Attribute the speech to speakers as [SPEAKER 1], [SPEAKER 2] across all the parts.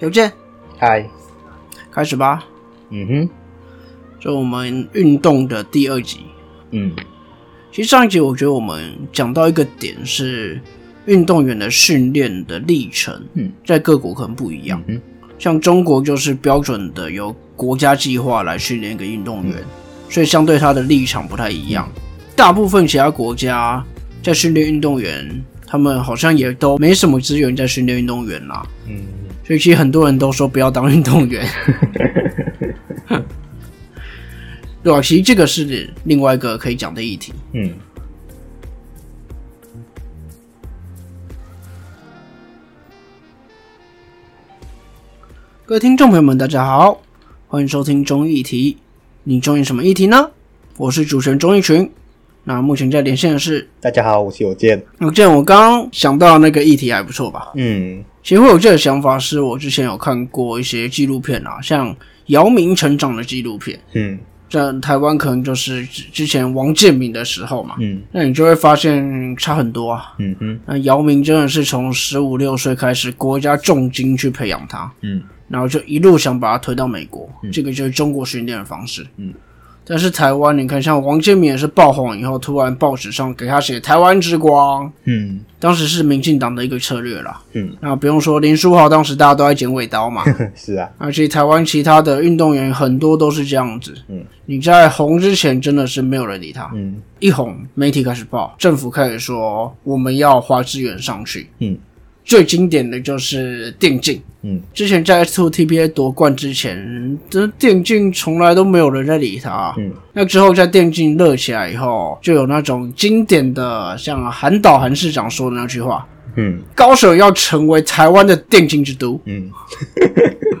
[SPEAKER 1] 刘健，
[SPEAKER 2] 嗨，
[SPEAKER 1] 开始吧。
[SPEAKER 2] 嗯
[SPEAKER 1] 就我们运动的第二集。
[SPEAKER 2] 哼，嗯
[SPEAKER 1] 其实上一集我觉得我们讲到一个点是运动员的训练的历程，
[SPEAKER 2] 嗯，
[SPEAKER 1] 在各国可能不一样。
[SPEAKER 2] 嗯
[SPEAKER 1] 像中国就是标准的由国家计划来训练一个运动
[SPEAKER 2] 嗯
[SPEAKER 1] 员，所以相对他的立场不太一样。大部分其他国家在训练运动员，他们好像也都没什么资源在训练运动员啦。
[SPEAKER 2] 嗯
[SPEAKER 1] 所以其实很多人都说不要当运动员，对啊吧、其实这个是另外一个可以讲的议题。
[SPEAKER 2] 嗯
[SPEAKER 1] 各位听众朋友们，大家好，欢迎收听综艺题。你中意什么议题呢？我是主持人钟义群。那目前在连线的是，
[SPEAKER 2] 大家好，我是有健。
[SPEAKER 1] 我记得我刚刚想到那个议题还不错吧？
[SPEAKER 2] 嗯
[SPEAKER 1] 其实我有这个想法，是我之前有看过一些纪录片啊，像姚明成长的纪录片，
[SPEAKER 2] 嗯
[SPEAKER 1] 在台湾可能就是之之前王建民的时候嘛，
[SPEAKER 2] 嗯
[SPEAKER 1] 那你就会发现差很多啊。
[SPEAKER 2] 嗯哼
[SPEAKER 1] 那姚明真的是从十五六岁开始，国家重金去培养他，
[SPEAKER 2] 嗯
[SPEAKER 1] 然后就一路想把他推到美国，这个就是中国训练的方式。
[SPEAKER 2] 嗯，
[SPEAKER 1] 但是台湾，你看像王建民也是爆红以后，突然报纸上给他写“台湾之光
[SPEAKER 2] 嗯”，
[SPEAKER 1] 当时是民进党的一个策略啦。
[SPEAKER 2] 嗯，
[SPEAKER 1] 那不用说，林书豪当时大家都在剪尾刀 嘛，
[SPEAKER 2] 哼， 是啊，
[SPEAKER 1] 而且台湾其他的运动员很多都是这样子。
[SPEAKER 2] 嗯，
[SPEAKER 1] 你在红之前真的是没有人理他。
[SPEAKER 2] 嗯
[SPEAKER 1] 一红，媒体开始报，政府开始说我们要花资源上去。
[SPEAKER 2] 嗯，
[SPEAKER 1] 最经典的就是电竞。
[SPEAKER 2] 嗯，
[SPEAKER 1] 之前在 S Two T P A 夺冠之前，这电竞从来都没有人在理他。
[SPEAKER 2] 嗯，
[SPEAKER 1] 那之后在电竞热起来以后，就有那种经典的，像韩导韩市长说的那句话：“
[SPEAKER 2] 嗯
[SPEAKER 1] 高手要成为台湾的电竞之都。”
[SPEAKER 2] 嗯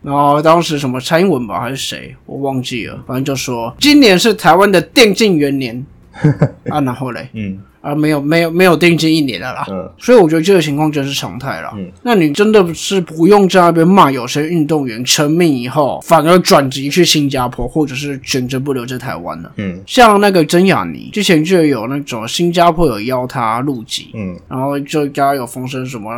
[SPEAKER 1] 然后当时什么蔡英文吧还是谁，我忘记了，反正就说今年是台湾的电竞元 年啊，然后嘞。
[SPEAKER 2] 嗯
[SPEAKER 1] 啊，没有没有没有定金一年的啦。
[SPEAKER 2] 嗯
[SPEAKER 1] 所以我觉得这个情况真是常态啦。
[SPEAKER 2] 嗯
[SPEAKER 1] 那你真的是不用在那边骂有些运动员成名以后，反而转职去新加坡，或者是选择不留在台湾了。
[SPEAKER 2] 嗯
[SPEAKER 1] 像那个曾雅妮，之前就有那种新加坡有邀她入籍，
[SPEAKER 2] 嗯
[SPEAKER 1] 然后就大家有风声什么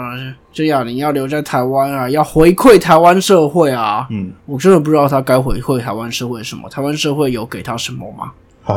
[SPEAKER 1] 曾雅妮要留在台湾啊，要回馈台湾社会啊。
[SPEAKER 2] 嗯，
[SPEAKER 1] 我真的不知道她该回馈台湾社会什么，台湾社会有给她什么吗？
[SPEAKER 2] 好，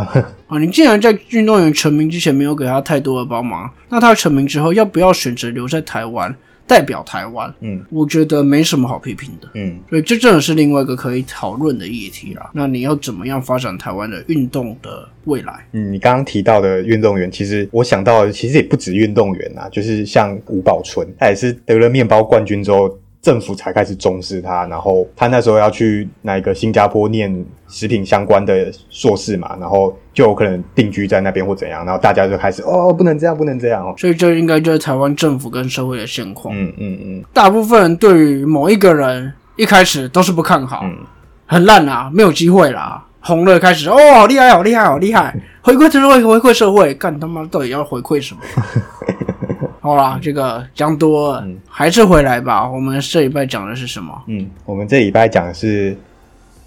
[SPEAKER 1] 啊，你既然在运动员成名之前没有给他太多的帮忙，那他成名之后要不要选择留在台湾代表台湾？
[SPEAKER 2] 嗯
[SPEAKER 1] 我觉得没什么好批评的，
[SPEAKER 2] 嗯
[SPEAKER 1] 所以这真的是另外一个可以讨论的议题啦。那你要怎么样发展台湾的运动的未来？
[SPEAKER 2] 嗯，你刚刚提到的运动员，其实我想到的其实也不止运动员啊，就是像吴宝春，他也是得了面包冠军之后。政府才开始重视他，然后他那时候要去那个新加坡念食品相关的硕士嘛，然后就有可能定居在那边或怎样，然后大家就开始哦，不能这样，不能这样哦，
[SPEAKER 1] 所以这应该就是台湾政府跟社会的现况。
[SPEAKER 2] 嗯嗯嗯
[SPEAKER 1] 大部分人对于某一个人一开始都是不看好，
[SPEAKER 2] 嗯
[SPEAKER 1] 很烂啊，没有机会啦。红了开始哦，好厉害，好厉害，好厉害！回馈社会，回馈社会，干他妈到底要回馈 什么？好啦，这个讲多了，还是回来吧。我们这一拜讲的是什么？
[SPEAKER 2] 嗯，我们这礼拜讲的是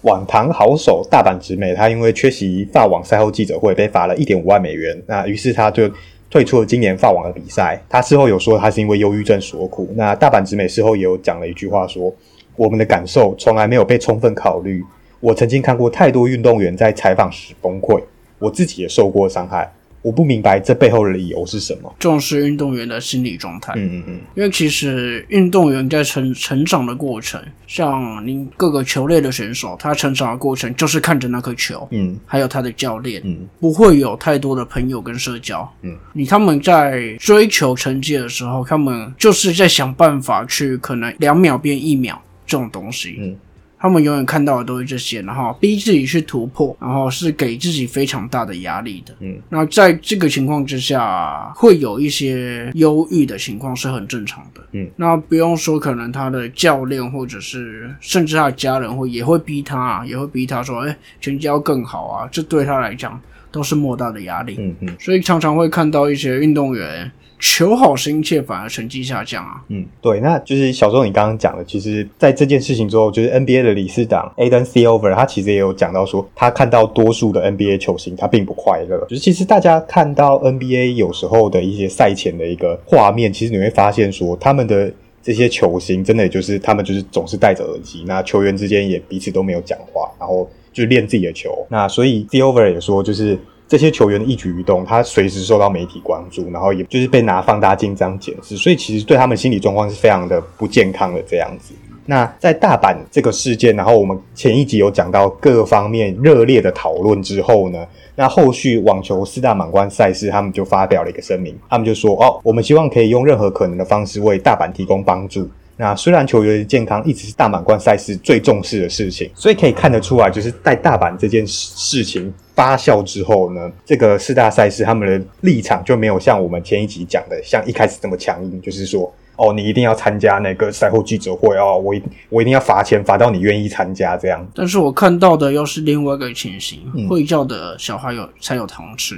[SPEAKER 2] 网坛好手大阪直美，她因为缺席法网赛后记者会被罚了一点五万美元，那于是她就退出了今年法网的比赛。她事后有说她是因为忧郁症所苦。那大阪直美事后也有讲了一句话说：“我们的感受从来没有被充分考虑。我曾经看过太多运动员在采访时崩溃，我自己也受过伤害，我不明白这背后的理由是什么。
[SPEAKER 1] 重视运动员的心理状态，
[SPEAKER 2] 嗯”嗯嗯
[SPEAKER 1] 因为其实运动员在成成长的过程，像您各个球类的选手，他成长的过程就是看着那颗球，
[SPEAKER 2] 嗯
[SPEAKER 1] 还有他的教练，
[SPEAKER 2] 嗯
[SPEAKER 1] 不会有太多的朋友跟社交。
[SPEAKER 2] 嗯，
[SPEAKER 1] 你他们在追求成绩的时候，他们就是在想办法去可能两秒变一秒这种东西。
[SPEAKER 2] 嗯，
[SPEAKER 1] 他们永远看到的都是这些，然后逼自己去突破，然后是给自己非常大的压力的。
[SPEAKER 2] 嗯，
[SPEAKER 1] 那在这个情况之下，会有一些忧郁的情况是很正常的。
[SPEAKER 2] 嗯，
[SPEAKER 1] 那不用说，可能他的教练或者是甚至他的家人会也会逼他、啊，也会逼他说：“哎、成绩要更好啊！”这对他来讲都是莫大的压力。
[SPEAKER 2] 嗯嗯
[SPEAKER 1] 所以常常会看到一些运动员求好心切，反而成绩下降啊。
[SPEAKER 2] 嗯，对，那就是小时候你刚刚讲的，其实在这件事情之后，就是 NBA 的理事长 Adam Silver 他其实也有讲到说，他看到多数的 NBA 球星他并不快乐，就是其实大家看到 NBA 有时候的一些赛前的一个画面，其实你会发现说他们的。这些球星真的也就是他们就是总是戴着耳机，那球员之间也彼此都没有讲话，然后就练自己的球。那所以 t h e o v e r 也说，就是这些球员的一举一动，他随时受到媒体关注，然后也就是被拿放大镜这样检视，所以其实对他们心理状况是非常的不健康的这样子。那在大阪这个事件，然后我们前一集有讲到各方面热烈的讨论之后呢，那后续网球四大满贯赛事，他们就发表了一个声明，他们就说哦，我们希望可以用任何可能的方式为大阪提供帮助。那虽然球员的健康一直是大满贯赛事最重视的事情，所以可以看得出来，就是在大阪这件事情发酵之后呢，这个四大赛事他们的立场就没有像我们前一集讲的，像一开始这么强硬，就是说。哦，你一定要参加那个赛后记者会哦，我一我一定要罚钱，罚到你愿意参加这样。
[SPEAKER 1] 但是我看到的又是另外一个情形，会叫的小孩有才有糖吃。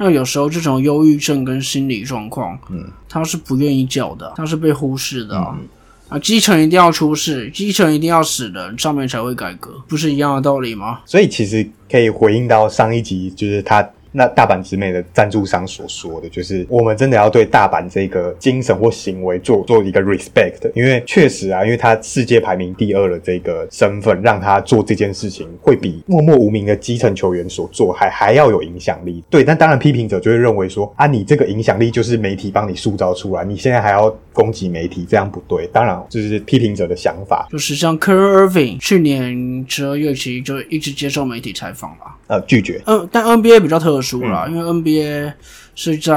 [SPEAKER 1] 那有时候这种忧郁症跟心理状况，嗯，他是不愿意叫的，他是被忽视的啊。啊，基层一定要出事，基层一定要死人，上面才会改革，不是一样的道理吗？
[SPEAKER 2] 所以其实可以回应到上一集，就是他那大阪直美的赞助商所说的，就是我们真的要对大阪这个精神或行为做做一个 respect，因为确实啊，因为他世界排名第二的这个身份，让他做这件事情会比默默无名的基层球员所做还还要有影响力。对，但当然批评者就会认为说啊，你这个影响力就是媒体帮你塑造出来，你现在还要攻击媒体，这样不对。当然，这是批评者的想法。
[SPEAKER 1] 就是像 Kerr Irving 去年十二月其实就一直接受媒体采访了。
[SPEAKER 2] 呃，拒绝。
[SPEAKER 1] 嗯，但 NBA 比较特殊啦，
[SPEAKER 2] 嗯
[SPEAKER 1] 因为 NBA 是在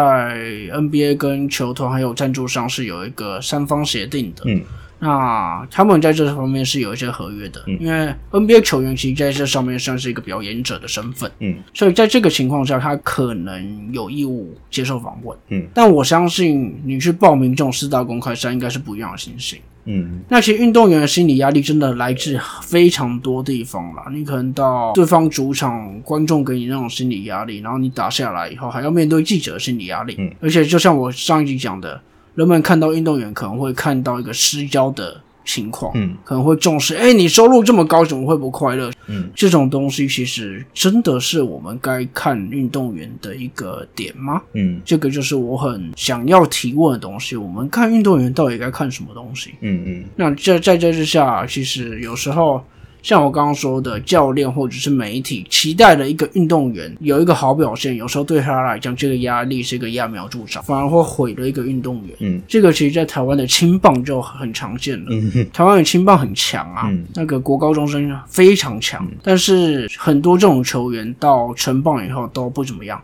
[SPEAKER 1] NBA 跟球团还有赞助商是有一个三方协定的。
[SPEAKER 2] 嗯，
[SPEAKER 1] 那他们在这方面是有一些合约的，因为 NBA 球员其实在这上面算是一个表演者的身份。
[SPEAKER 2] 嗯，
[SPEAKER 1] 所以在这个情况下，他可能有义务接受访问。
[SPEAKER 2] 嗯，
[SPEAKER 1] 但我相信你去报名这种四大公开赛，应该是不一样的心情。
[SPEAKER 2] 嗯
[SPEAKER 1] 那些运动员的心理压力真的来自非常多地方啦。你可能到对方主场，观众给你那种心理压力，然后你打下来以后，还要面对记者的心理压力。
[SPEAKER 2] 嗯，
[SPEAKER 1] 而且就像我上一集讲的，人们看到运动员可能会看到一个失焦的情况，
[SPEAKER 2] 嗯，
[SPEAKER 1] 可能会重视，哎，你收入这么高，怎么会不快乐？
[SPEAKER 2] 嗯，
[SPEAKER 1] 这种东西其实真的是我们该看运动员的一个点吗？
[SPEAKER 2] 嗯
[SPEAKER 1] 这个就是我很想要提问的东西。我们看运动员到底该看什么东西？
[SPEAKER 2] 嗯嗯
[SPEAKER 1] 那在在这之下，其实有时候像我刚刚说的，教练或者是媒体期待的一个运动员有一个好表现，有时候对他来讲，这个压力是一个揠苗助长，反而会毁了一个运动员。
[SPEAKER 2] 嗯
[SPEAKER 1] 这个其实，在台湾的青棒就很常见了。
[SPEAKER 2] 嗯嗯
[SPEAKER 1] 台湾的青棒很强啊，
[SPEAKER 2] 嗯
[SPEAKER 1] 那个国高中生非常强，但是很多这种球员到成棒以后都不怎么 样，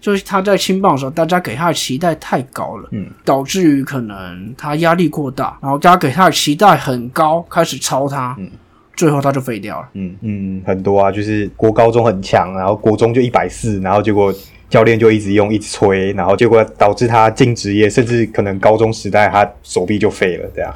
[SPEAKER 1] 就是他在青棒的时候，大家给他的期待太高了，
[SPEAKER 2] 嗯
[SPEAKER 1] 导致于可能他压力过大，然后大家给他的期待很高，开始超他，最后他就废掉了。
[SPEAKER 2] 嗯，嗯，很多啊，就是国高中很强，然后国中就一百四，然后结果教练就一直用，一直催，然后结果导致他进职业，甚至可能高中时代他手臂就废了，这样。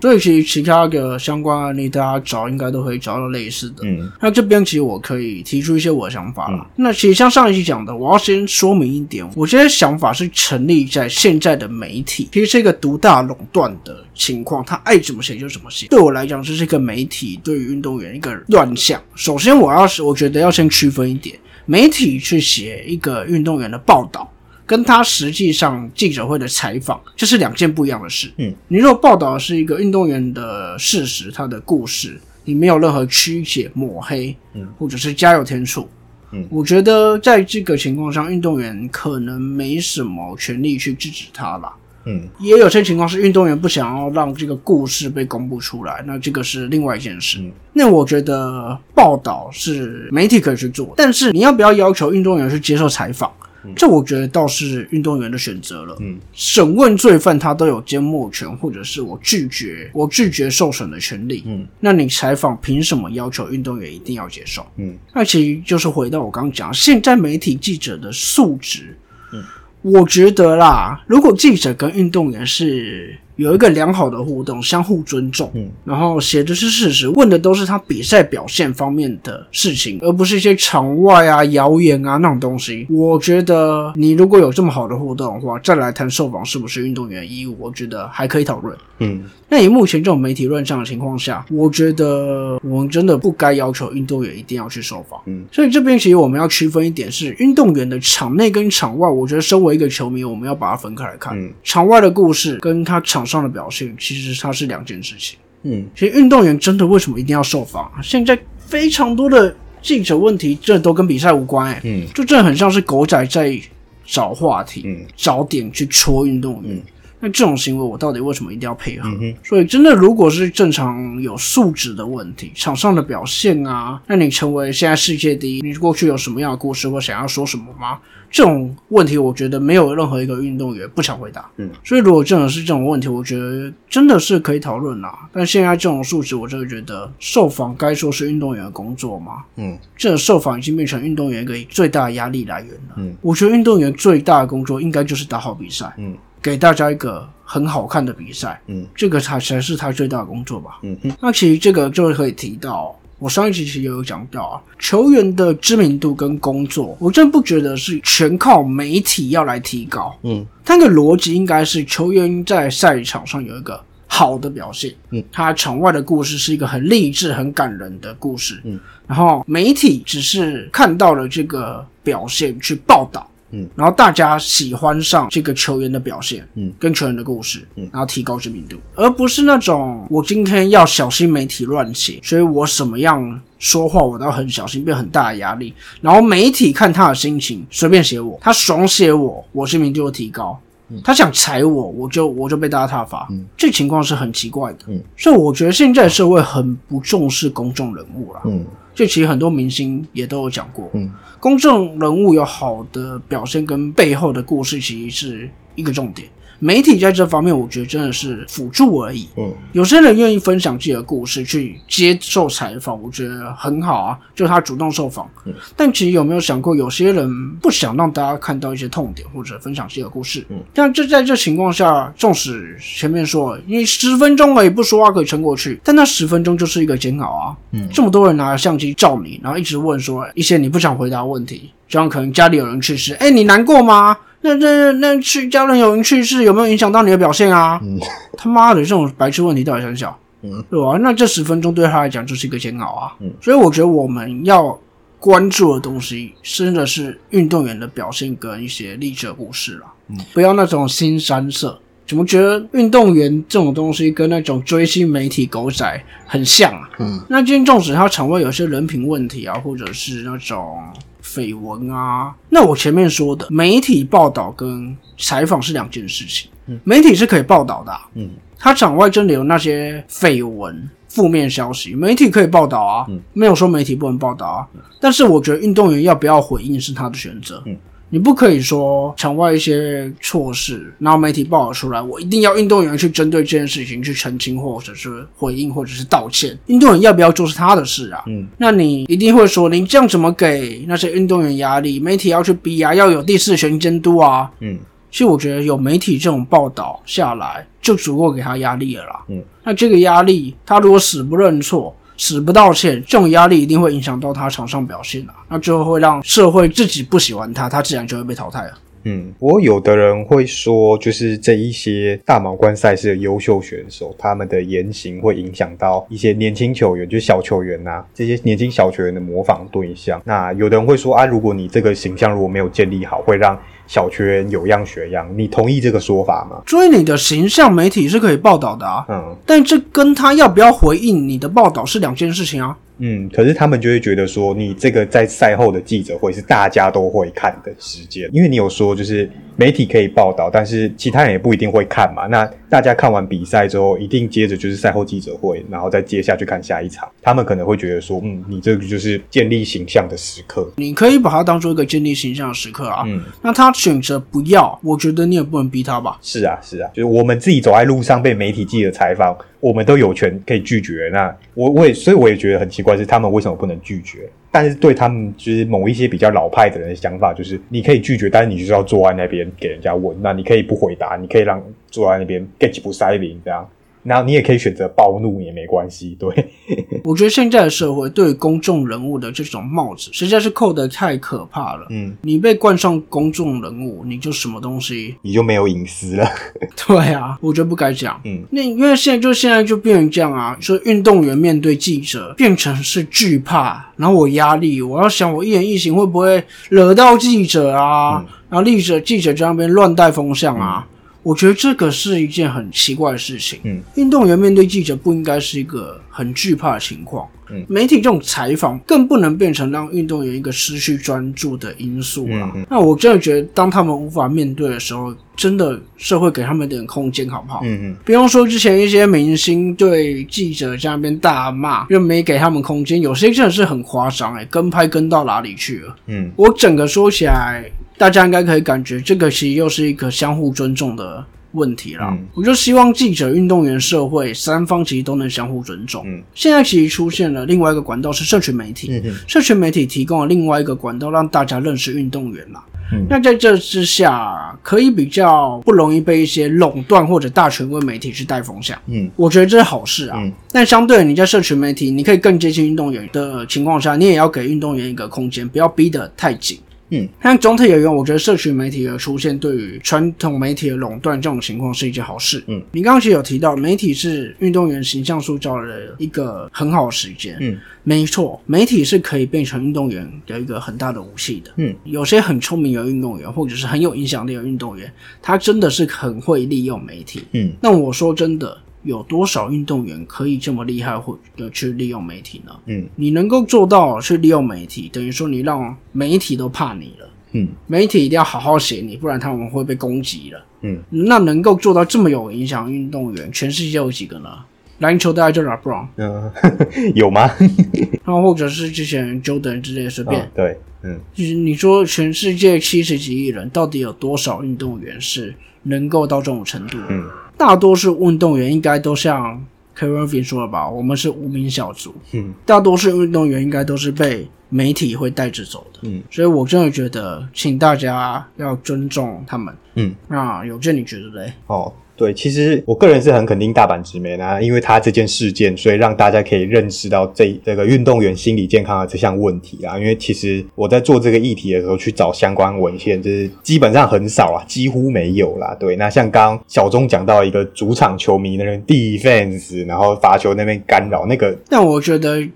[SPEAKER 1] 所以其实其他的相关案例，大家找应该都可以找到类似的。
[SPEAKER 2] 嗯
[SPEAKER 1] 那这边其实我可以提出一些我的想法了。那其实像上一期讲的，我要先说明一点，我这些想法是成立在现在的媒体，其实是一个独大垄断的情况，他爱怎么写就怎么写。对我来讲，这是一个媒体对于运动员一个乱象。首先，我要是我觉得要先区分一点，媒体去写一个运动员的报道。跟他实际上记者会的采访，这是两件不一样的事。
[SPEAKER 2] 嗯，
[SPEAKER 1] 你如果报道的是一个运动员的事实，他的故事，你没有任何曲解、抹黑，
[SPEAKER 2] 嗯，
[SPEAKER 1] 或者是加油添醋，
[SPEAKER 2] 嗯
[SPEAKER 1] 我觉得在这个情况上，运动员可能没什么权利去制止他啦。
[SPEAKER 2] 嗯
[SPEAKER 1] 也有些情况是运动员不想要让这个故事被公布出来，那这个是另外一件事。
[SPEAKER 2] 嗯
[SPEAKER 1] 那我觉得报道是媒体可以去做，但是你要不要要求运动员去接受采访？这我觉得倒是运动员的选择了。
[SPEAKER 2] 嗯，
[SPEAKER 1] 审问罪犯他都有缄默权，或者是我拒绝我拒绝受审的权利。
[SPEAKER 2] 嗯，
[SPEAKER 1] 那你采访凭什么要求运动员一定要接受？
[SPEAKER 2] 嗯，
[SPEAKER 1] 那其实就是回到我刚刚讲，现在媒体记者的素质，嗯，我觉得啦，如果记者跟运动员是有一个良好的互动，相互尊重，
[SPEAKER 2] 嗯，
[SPEAKER 1] 然后写的是事实，问的都是他比赛表现方面的事情，而不是一些场外啊、谣言啊那种东西。我觉得你如果有这么好的互动的话，再来谈受访是不是运动员的义务，我觉得还可以讨论。
[SPEAKER 2] 嗯
[SPEAKER 1] 那以目前这种媒体乱象的情况下，我觉得我们真的不该要求运动员一定要去受访。
[SPEAKER 2] 嗯，
[SPEAKER 1] 所以这边其实我们要区分一点是，运动员的场内跟场外，我觉得身为一个球迷，我们要把它分开来看。
[SPEAKER 2] 嗯
[SPEAKER 1] 场外的故事跟他场上的表现其实它是两件事情。
[SPEAKER 2] 嗯，
[SPEAKER 1] 其实运动员真的为什么一定要受访啊？现在非常多的记者问题，这都跟比赛无关、欸，
[SPEAKER 2] 嗯，
[SPEAKER 1] 就这很像是狗仔在找话题，
[SPEAKER 2] 嗯
[SPEAKER 1] 找点去戳运动员。
[SPEAKER 2] 嗯
[SPEAKER 1] 那这种行为，我到底为什么一定要配合？
[SPEAKER 2] 嗯哼
[SPEAKER 1] 所以，真的，如果是正常有素质的问题，场上的表现啊，那你成为现在世界第一，你过去有什么样的故事或想要说什么吗？这种问题，我觉得没有任何一个运动员不想回答。所以如果真的是这种问题，我觉得真的是可以讨论啦。但现在这种素质，我真的觉得受访该说是运动员的工作吗？
[SPEAKER 2] 嗯，
[SPEAKER 1] 这个受访已经变成运动员一个最大的压力来源了。
[SPEAKER 2] 嗯，
[SPEAKER 1] 我觉得运动员最大的工作应该就是打好比赛，
[SPEAKER 2] 嗯，
[SPEAKER 1] 给大家一个很好看的比赛，
[SPEAKER 2] 嗯，
[SPEAKER 1] 这个才才是他最大的工作吧。
[SPEAKER 2] 嗯哼，
[SPEAKER 1] 那其实这个就可以提到，我上一期其实也有讲到啊，球员的知名度跟工作，我真的不觉得是全靠媒体要来提高。
[SPEAKER 2] 嗯，
[SPEAKER 1] 它的逻辑应该是球员在赛场上有一个好的表现，
[SPEAKER 2] 嗯，
[SPEAKER 1] 他场外的故事是一个很励志、很感人的故事，
[SPEAKER 2] 嗯，
[SPEAKER 1] 然后媒体只是看到了这个表现去报道。
[SPEAKER 2] 嗯，
[SPEAKER 1] 然后大家喜欢上这个球员的表现，
[SPEAKER 2] 嗯，
[SPEAKER 1] 跟球员的故事，
[SPEAKER 2] 嗯
[SPEAKER 1] 然后提高知名度，而不是那种我今天要小心媒体乱写，所以我什么样说话我都要很小心，变很大的压力。然后媒体看他的心情，随便写我，他爽写我，我知名度就提高。他想踩我，我就我就被大家挞伐，
[SPEAKER 2] 嗯
[SPEAKER 1] 这情况是很奇怪的，
[SPEAKER 2] 嗯
[SPEAKER 1] 所以我觉得现在社会很不重视公众人物啦，
[SPEAKER 2] 嗯，
[SPEAKER 1] 这其实很多明星也都有讲过，
[SPEAKER 2] 嗯
[SPEAKER 1] 公众人物有好的表现跟背后的故事，其实是一个重点。媒体在这方面，我觉得真的是辅助而已。
[SPEAKER 2] 嗯，
[SPEAKER 1] 有些人愿意分享自己的故事去接受采访，我觉得很好啊，就是他主动受访。
[SPEAKER 2] 嗯
[SPEAKER 1] 但其实有没有想过，有些人不想让大家看到一些痛点或者分享自己的故事？
[SPEAKER 2] 嗯
[SPEAKER 1] 但就在这情况下，纵使前面说你十分钟而已不说话可以撑过去，但那十分钟就是一个煎熬啊。
[SPEAKER 2] 嗯
[SPEAKER 1] 这么多人拿着相机照你，然后一直问说一些你不想回答的问题，就像可能家里有人去世，哎，你难过吗？那那那去家人有人去世有没有影响到你的表现啊？
[SPEAKER 2] 嗯
[SPEAKER 1] 他妈的这种白痴问题到底很小，
[SPEAKER 2] 嗯，
[SPEAKER 1] 对吧？那这十分钟对他来讲就是一个煎熬啊。
[SPEAKER 2] 嗯
[SPEAKER 1] 所以我觉得我们要关注的东西，真的是运动员的表现跟一些励志的故事啦。
[SPEAKER 2] 嗯，
[SPEAKER 1] 不要那种新三色。怎么觉得运动员这种东西跟那种追星媒体狗仔很像啊？
[SPEAKER 2] 嗯，
[SPEAKER 1] 那今天纵使他肠胃有些人品问题啊，或者是那种绯闻啊，那我前面说的媒体报道跟采访是两件事情。
[SPEAKER 2] 嗯
[SPEAKER 1] 媒体是可以报道的啊、
[SPEAKER 2] 嗯
[SPEAKER 1] 他场外真的有那些绯闻、负面消息，媒体可以报道啊，
[SPEAKER 2] 嗯
[SPEAKER 1] 没有说媒体不能报道啊。但是我觉得运动员要不要回应是他的选择，
[SPEAKER 2] 嗯
[SPEAKER 1] 你不可以说场外一些措施，然后媒体报道出来，我一定要运动员去针对这件事情去澄清，或者是回应，或者是道歉。运动员要不要做是他的事啊，
[SPEAKER 2] 嗯
[SPEAKER 1] 那你一定会说，你这样怎么给那些运动员压力？媒体要去逼啊，要有第四权监督啊，
[SPEAKER 2] 嗯
[SPEAKER 1] 其实我觉得有媒体这种报道下来，就足够给他压力了啦。
[SPEAKER 2] 嗯，
[SPEAKER 1] 那这个压力，他如果死不认错、死不道歉，这种压力一定会影响到他场上表现啊。那最后会让社会自己不喜欢他，他自然就会被淘汰了。
[SPEAKER 2] 嗯，不过有的人会说，就是这一些大满贯赛事的优秀选手，他们的言行会影响到一些年轻球员，就是小球员呐、这些年轻小球员的模仿对象。那有的人会说啊，如果你这个形象如果没有建立好，会让小球员有样学样。你同意这个说法吗？
[SPEAKER 1] 所以你的形象媒体是可以报道的啊，
[SPEAKER 2] 嗯
[SPEAKER 1] 但这跟他要不要回应你的报道是两件事情啊。
[SPEAKER 2] 嗯，可是他们就会觉得说，你这个在赛后的记者会是大家都会看的时间，因为你有说就是媒体可以报道，但是其他人也不一定会看嘛。那大家看完比赛之后，一定接着就是赛后记者会，然后再接下去看下一场。他们可能会觉得说，嗯，你这个就是建立形象的时刻。
[SPEAKER 1] 你可以把它当做一个建立形象的时刻啊。
[SPEAKER 2] 嗯，
[SPEAKER 1] 那他选择不要，我觉得你也不能逼他吧。
[SPEAKER 2] 是啊，是啊，就是我们自己走在路上被媒体记者采访，我们都有权可以拒绝。那我我也所以我也觉得很奇怪，是他们为什么不能拒绝？但是对他们就是某一些比较老派的人的想法，就是你可以拒绝，但是你就是要坐在那边给人家问，那你可以不回答，你可以让坐在那边 get 不塞林这样，然后你也可以选择暴怒也没关系， 对，
[SPEAKER 1] 我觉得现在的社会对公众人物的这种帽子，实在是扣得太可怕了。
[SPEAKER 2] 嗯，
[SPEAKER 1] 你被冠上公众人物，你就什么东西？
[SPEAKER 2] 你就没有隐私了，
[SPEAKER 1] 对啊，我觉得不该讲。
[SPEAKER 2] 嗯，
[SPEAKER 1] 那因为现在就现在就变成这样啊，说运动员面对记者变成是惧怕，然后我压力，我要想我一言一行会
[SPEAKER 2] 嗯
[SPEAKER 1] 不会惹到记者啊？然后记者记者在那边乱带风向啊。我觉得这个是一件很奇怪的事情。
[SPEAKER 2] 嗯，
[SPEAKER 1] 运动员面对记者不应该是一个很惧怕的情况。
[SPEAKER 2] 嗯，
[SPEAKER 1] 媒体这种采访更不能变成让运动员一个失去专注的因素啊啦。
[SPEAKER 2] 嗯嗯
[SPEAKER 1] 那我真的觉得，当他们无法面对的时候，真的社会给他们一点空间，好不好？
[SPEAKER 2] 嗯嗯，
[SPEAKER 1] 不用说之前一些明星对记者在那边大骂，又没给他们空间，有些真的是很夸张哎，跟拍跟到哪里去了？
[SPEAKER 2] 嗯，
[SPEAKER 1] 我整个说起来，大家应该可以感觉，这个其实又是一个相互尊重的问题啦。
[SPEAKER 2] 嗯
[SPEAKER 1] 我就希望记者、运动员、社会三方其实都能相互尊重。
[SPEAKER 2] 嗯
[SPEAKER 1] 现在其实出现了另外一个管道是社群媒体，
[SPEAKER 2] 嗯嗯
[SPEAKER 1] 社群媒体提供了另外一个管道，让大家认识运动员啦。
[SPEAKER 2] 嗯
[SPEAKER 1] 那在这之下，可以比较不容易被一些垄断或者大权威媒体去带风向。
[SPEAKER 2] 嗯
[SPEAKER 1] 我觉得这是好事啊。
[SPEAKER 2] 嗯
[SPEAKER 1] 但相对你在社群媒体，你可以更接近运动员的情况下，你也要给运动员一个空间，不要逼得太紧。
[SPEAKER 2] 嗯，
[SPEAKER 1] 但总体而言，我觉得社群媒体的出现对于传统媒体的垄断这种情况是一件好事。
[SPEAKER 2] 嗯，
[SPEAKER 1] 你刚刚其实有提到，媒体是运动员形象塑造的一个很好的时间。
[SPEAKER 2] 嗯，
[SPEAKER 1] 没错，媒体是可以变成运动员的一个很大的武器的。
[SPEAKER 2] 嗯，
[SPEAKER 1] 有些很聪明的运动员，或者是很有影响力的运动员，他真的是很会利用媒体。
[SPEAKER 2] 嗯
[SPEAKER 1] 那我说真的，有多少运动员可以这么厉害，或者去利用媒体呢？
[SPEAKER 2] 嗯
[SPEAKER 1] 你能够做到去利用媒体，等于说你让媒体都怕你了。
[SPEAKER 2] 嗯
[SPEAKER 1] 媒体一定要好好写你，不然他们会被攻击了。
[SPEAKER 2] 嗯，
[SPEAKER 1] 那能够做到这么有影响的运动员，全世界有几个呢？篮球大概就 LeBron，
[SPEAKER 2] 嗯， 有吗？
[SPEAKER 1] 然后或者是之前 Jordan 之类的随便。
[SPEAKER 2] 嗯对，嗯
[SPEAKER 1] 就是你说全世界七十几亿人，到底有多少运动员是能够到这种程度？
[SPEAKER 2] 嗯，
[SPEAKER 1] 大多数运动员应该都像 Kevin v i 说的吧，我们是无名小卒，
[SPEAKER 2] 嗯
[SPEAKER 1] 大多数运动员应该都是被媒体会带着走的。
[SPEAKER 2] 嗯，
[SPEAKER 1] 所以我真的觉得，请大家要尊重他们。
[SPEAKER 2] 嗯，
[SPEAKER 1] 那有健你觉得嘞？
[SPEAKER 2] 哦，对，其实我个人是很肯定大阪直美呢，因为他这件事件，所以让大家可以认识到这这个运动员心理健康的这项问题啊。因为其实我在做这个议题的时候，去找相关文献，就是基本上很少啊，几乎没有啦。对，那像刚刚小钟讲到一个主场球迷那边 defense，然后罚球那边干扰，那个
[SPEAKER 1] 但我觉得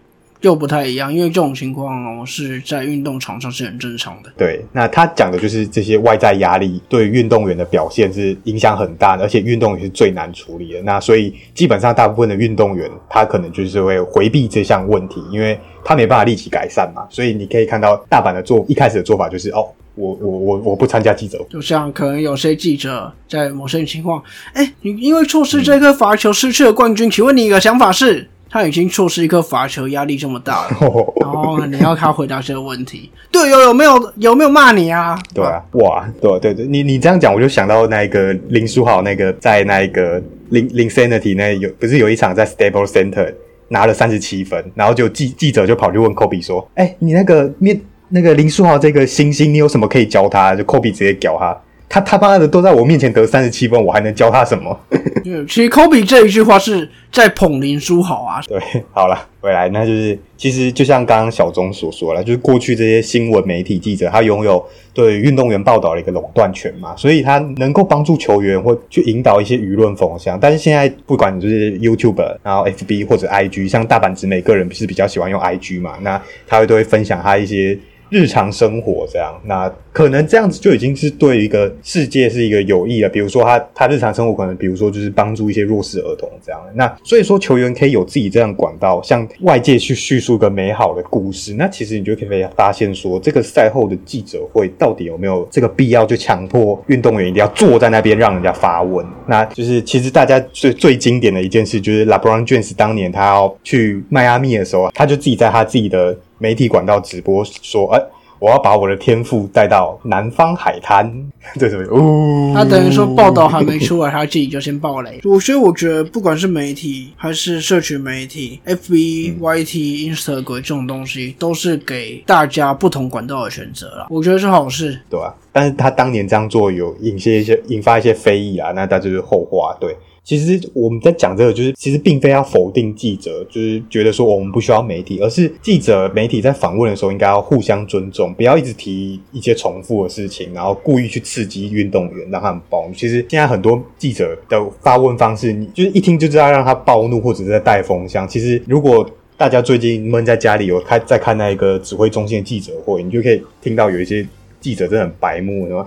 [SPEAKER 1] 又不太一样，因为这种情况哦是在运动场上是很正常的。
[SPEAKER 2] 对，那他讲的就是这些外在压力对运动员的表现是影响很大的，而且运动员是最难处理的。那所以基本上大部分的运动员，他可能就是会回避这项问题，因为他没办法立即改善嘛。所以你可以看到大阪的做一开始的做法就是哦，我我我我不参加记者 会，
[SPEAKER 1] 就像可能有些记者在某些情况，哎，你因为错失这颗罚球失去了冠军，请问你的想法是？他已经错失一颗罚球，压力这么大了，然后你要他回答这个问题，队友有没有有没有骂你啊？
[SPEAKER 2] 对啊，哇，对对对，你你这样讲，我就想到那个林书豪那个在那一个林林 Sanity 那有不是有一场在 Stable Center 拿了三十七分，然后就记记者就跑去问 Kobe 说：“哎、你那个面那个林书豪这个星星，你有什么可以教他？”就 Kobe 直接屌他，他他妈的都在我面前得三十七分，我还能教他什么？
[SPEAKER 1] 对，其实科比这一句话是在捧林书豪啊，
[SPEAKER 2] 对， 好了，回来，那就是其实就像刚刚小钟所说了，就是过去这些新闻媒体记者，他拥有对运动员报道的一个垄断权嘛，所以他能够帮助球员或去引导一些舆论风向。但是现在不管你就是 YouTube，然后 FB 或者 IG，像大阪直美个人不是比较喜欢用 IG 嘛，那他会都会分享他一些。日常生活这样，那可能这样子就已经是对一个世界是一个有益了。比如说他他日常生活可能，比如说就是帮助一些弱势儿童这样。那所以说球员可以有自己这样的管道，向外界去叙述一个美好的故事。那其实你就可以发现说，这个赛后的记者会到底有没有这个必要，就强迫运动员一定要坐在那边让人家发问。那就是其实大家最最经典的一件事，就是 LeBron James 当年他要去迈阿密的时候，他就自己在他自己的媒体管道直播说，哎、我要把我的天赋带到南方海滩， 这什么？哦，
[SPEAKER 1] 他等于说报道还没出来，他自己就先爆雷。我所以我觉得，不管是媒体还是社群媒体，FB、YT、Instagram 这种东西，都是给大家不同管道的选择啦。我觉得是好事。
[SPEAKER 2] 对啊，但是他当年这样做有引些一些引发一些非议啊，那他就是后话。对，其实我们在讲这个，就是其实并非要否定记者，就是觉得说我们不需要媒体，而是记者媒体在访问的时候应该要互相尊重，不要一直提一些重复的事情，然后故意去刺激运动员让他们暴怒。其实现在很多记者的发问方式，你就是一听就知道让他暴怒或者是在带风向。其实如果大家最近闷在家里，有看在看那一个指挥中心的记者会，你就可以听到有一些记者真的很白目，什么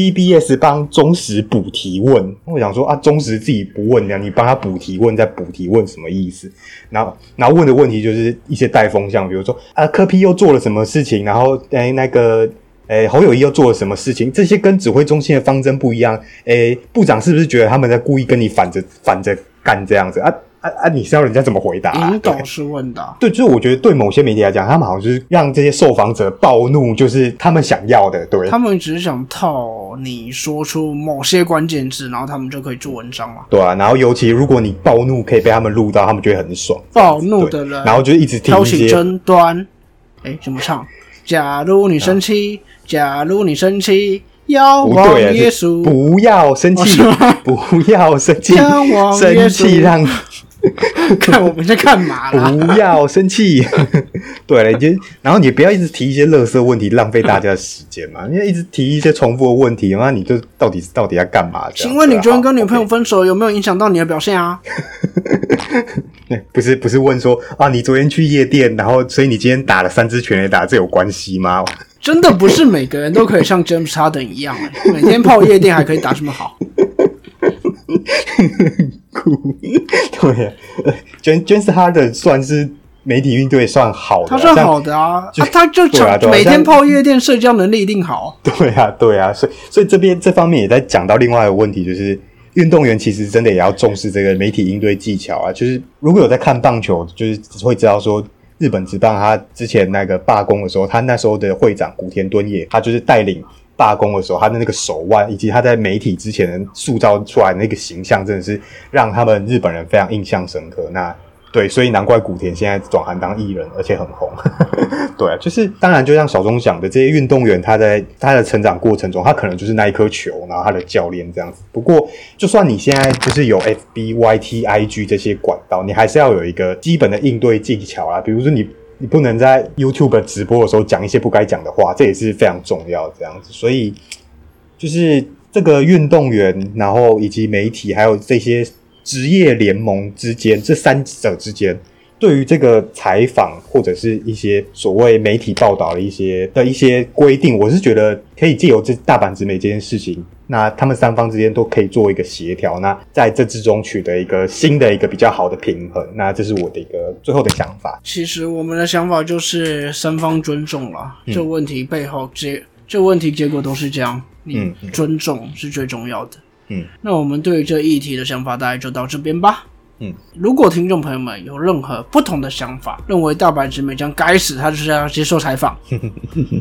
[SPEAKER 2] TVBS 帮中时补提问，我想说啊，中时自己不问你帮他补提问，再补提问什么意思？然后，然后问的问题就是一些带风向，比如说啊，柯 P 又做了什么事情，然后哎那个哎侯友谊又做了什么事情，这些跟指挥中心的方针不一样，哎部长是不是觉得他们在故意跟你反着反着干这样子啊？啊啊！你是要人家怎么回答、啊？
[SPEAKER 1] 引导式问答，
[SPEAKER 2] 对，就是我觉得对某些媒体来讲，他们好像就是让这些受访者暴怒，就是他们想要的，对
[SPEAKER 1] 他，们只是想套你说出某些关键字，然后他们就可以做文章嘛。
[SPEAKER 2] 对啊。然后尤其如果你暴怒可以被他们录到，他们觉得很爽。
[SPEAKER 1] 暴怒
[SPEAKER 2] 对
[SPEAKER 1] 的人
[SPEAKER 2] 然后就一直听
[SPEAKER 1] 挑
[SPEAKER 2] 一
[SPEAKER 1] 起
[SPEAKER 2] 些，
[SPEAKER 1] 争端。哎，怎么唱？假如你生气，假如你生气，要
[SPEAKER 2] 啊不
[SPEAKER 1] 往
[SPEAKER 2] 对
[SPEAKER 1] 耶
[SPEAKER 2] 啊，是
[SPEAKER 1] 稣，哦
[SPEAKER 2] 不要生气，不要生气
[SPEAKER 1] 要往，耶
[SPEAKER 2] 生
[SPEAKER 1] 稣
[SPEAKER 2] 气让
[SPEAKER 1] 看我们在干嘛啦？
[SPEAKER 2] 不啊要生气。 对了，你就然后你不要一直提一些垃圾问题，浪费大家的时间 嘛。因为一直提一些重复的问题，那你就到底到底要干嘛这样子啊？
[SPEAKER 1] 请问你昨天
[SPEAKER 2] 好
[SPEAKER 1] 跟女朋友
[SPEAKER 2] OK
[SPEAKER 1] 分手有没有影响到你的表现啊？
[SPEAKER 2] 不是不是问说啊，你昨天去夜店，然后所以你今天打了三支全垒打，这有关系吗？
[SPEAKER 1] 真的不是每个人都可以像 James Harden 一样、 欸，每天泡夜店还可以打这么好。
[SPEAKER 2] 酷， 对呀、啊，詹詹斯哈的算是媒体运队算好的
[SPEAKER 1] 他
[SPEAKER 2] 啊，
[SPEAKER 1] 是
[SPEAKER 2] 像
[SPEAKER 1] 好的啊，
[SPEAKER 2] 就
[SPEAKER 1] 啊他就
[SPEAKER 2] 对啊
[SPEAKER 1] 常
[SPEAKER 2] 对啊
[SPEAKER 1] 每天
[SPEAKER 2] 像
[SPEAKER 1] 泡夜店，社交能力一定好。
[SPEAKER 2] 对啊，对啊，所以所以这边这方面也在讲到另外一个问题，就是运动员其实真的也要重视这个媒体应对技巧啊。就是如果有在看棒球，就是会知道说日本职棒他之前那个罢工的时候，他那时候的会长古田敦也，他就是带领。罢工的时候，他的那个手腕，以及他在媒体之前塑造出来的那个形象，真的是让他们日本人非常印象深刻。那对，所以难怪古田现在转行当艺人，而且很红。 对啊，就是当然，就像小钟讲的，这些运动员他在他的成长过程中，他可能就是那一颗球，然后他的教练这样子。不过，就算你现在就是有 FB、YT、IG 这些管道，你还是要有一个基本的应对技巧啊啦。比如说你。你不能在 YouTube 直播的时候讲一些不该讲的话，这也是非常重要。这样子，所以就是这个运动员，然后以及媒体，还有这些职业联盟之间，这三者之间，对于这个采访或者是一些所谓媒体报道的一些的一些规定，我是觉得可以借由这大阪直美这件事情，那他们三方之间都可以做一个协调，那在这之中取得一个新的一个比较好的平衡。那这是我的一个最后的想法。
[SPEAKER 1] 其实我们的想法就是三方尊重了，
[SPEAKER 2] 嗯
[SPEAKER 1] 这问题背后结这问题结果都是这样，你
[SPEAKER 2] 嗯嗯
[SPEAKER 1] 尊重是最重要的。
[SPEAKER 2] 嗯，
[SPEAKER 1] 那我们对于这议题的想法大概就到这边吧。
[SPEAKER 2] 嗯，
[SPEAKER 1] 如果听众朋友们有任何不同的想法，认为大白直美将该死，他就是要接受采 访。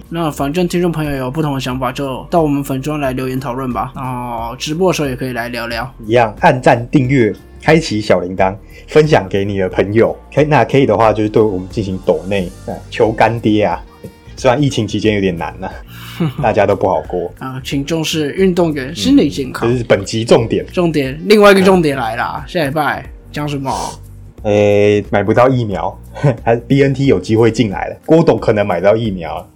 [SPEAKER 1] 那反正听众朋友有不同的想法，就到我们粉专来留言讨论吧。然后直播的时候也可以来聊聊。
[SPEAKER 2] 一样按赞、订阅、开启小铃铛，分享给你的朋友。可以，那可以的话，就是对我们进行抖内，哎求干爹啊！虽然疫情期间有点难呐、大家都不好过。
[SPEAKER 1] 啊、请重视运动员心理健康。
[SPEAKER 2] 这是本集重点。
[SPEAKER 1] 重点，另外一个重点来啦，
[SPEAKER 2] 嗯
[SPEAKER 1] 下礼拜讲什么？
[SPEAKER 2] 诶、呃买不到疫苗， 还 BNT 有机会进来了。郭董可能买到疫苗了。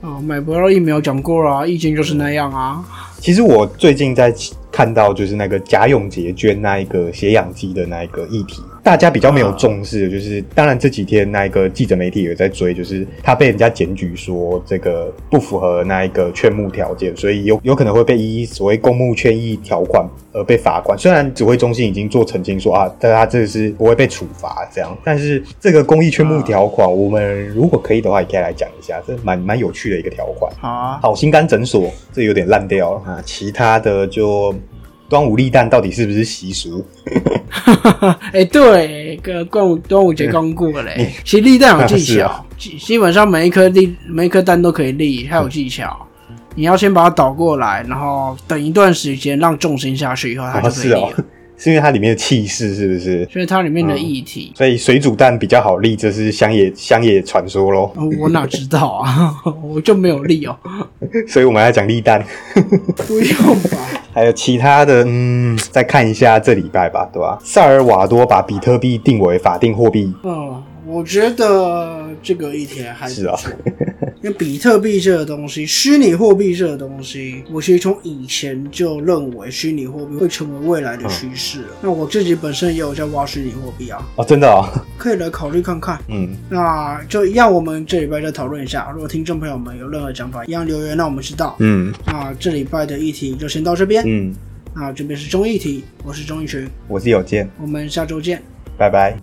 [SPEAKER 1] 哦，买不到疫苗讲过了、啊，意见就是那样啊。
[SPEAKER 2] 其实我最近在看到就是那个贾永杰捐那一个血氧机的那一个议题，大家比较没有重视的就是当然这几天那一个记者媒体也在追，就是他被人家检举说这个不符合那一个劝募条件，所以有有可能会被依所谓公募劝益条款而被罚款。虽然指挥中心已经做澄清说啊，但他这个是不会被处罚这样，但是这个公益劝募条款，我们如果可以的话，也可以来讲一下，这蛮蛮有趣的一个条款。
[SPEAKER 1] 好啊，
[SPEAKER 2] 好心肝诊所，这有点烂掉了啊。其他的就端午立蛋到底是不是习俗？
[SPEAKER 1] 哎、对，个端午端午节刚过嘞，其实立蛋有技
[SPEAKER 2] 是
[SPEAKER 1] 巧
[SPEAKER 2] 啊，
[SPEAKER 1] 基、基本上每一颗立每一颗蛋都可以立，它有技巧。你要先把它倒过来，然后等一段时间让重心下去以后，它
[SPEAKER 2] 啊，
[SPEAKER 1] 就可以
[SPEAKER 2] 是
[SPEAKER 1] 立
[SPEAKER 2] 哦
[SPEAKER 1] 了。，
[SPEAKER 2] 是因为它里面的气势是不是？
[SPEAKER 1] 所以它里面的议题，
[SPEAKER 2] 所以水煮蛋比较好立，这是乡野乡野传说喽。
[SPEAKER 1] 呃我哪知道啊？ 我就没有立哦，
[SPEAKER 2] 所以我们要讲立蛋，
[SPEAKER 1] 不用 吧？
[SPEAKER 2] 还有其他的，嗯，再看一下这礼拜吧，对吧？萨尔瓦多把比特币定为法定货币，
[SPEAKER 1] 嗯，我觉得这个议题还不
[SPEAKER 2] 是啊
[SPEAKER 1] 错因为比特币这个东西，虚拟货币这个东西，我其实从以前就认为虚拟货币会成为未来的趋势了。那我自己本身也有在挖虚拟货币啊，
[SPEAKER 2] 哦，真的哦，
[SPEAKER 1] 可以来考虑看看。
[SPEAKER 2] 嗯，
[SPEAKER 1] 那就一样，我们这礼拜再讨论一下。如果听众朋友们有任何想法，一样留言让我们知道。
[SPEAKER 2] 嗯
[SPEAKER 1] 那这礼拜的议题就先到这边。
[SPEAKER 2] 嗯，
[SPEAKER 1] 那这边是中议题，我是钟义群，
[SPEAKER 2] 我是有见，
[SPEAKER 1] 我们下周见。
[SPEAKER 2] 拜拜。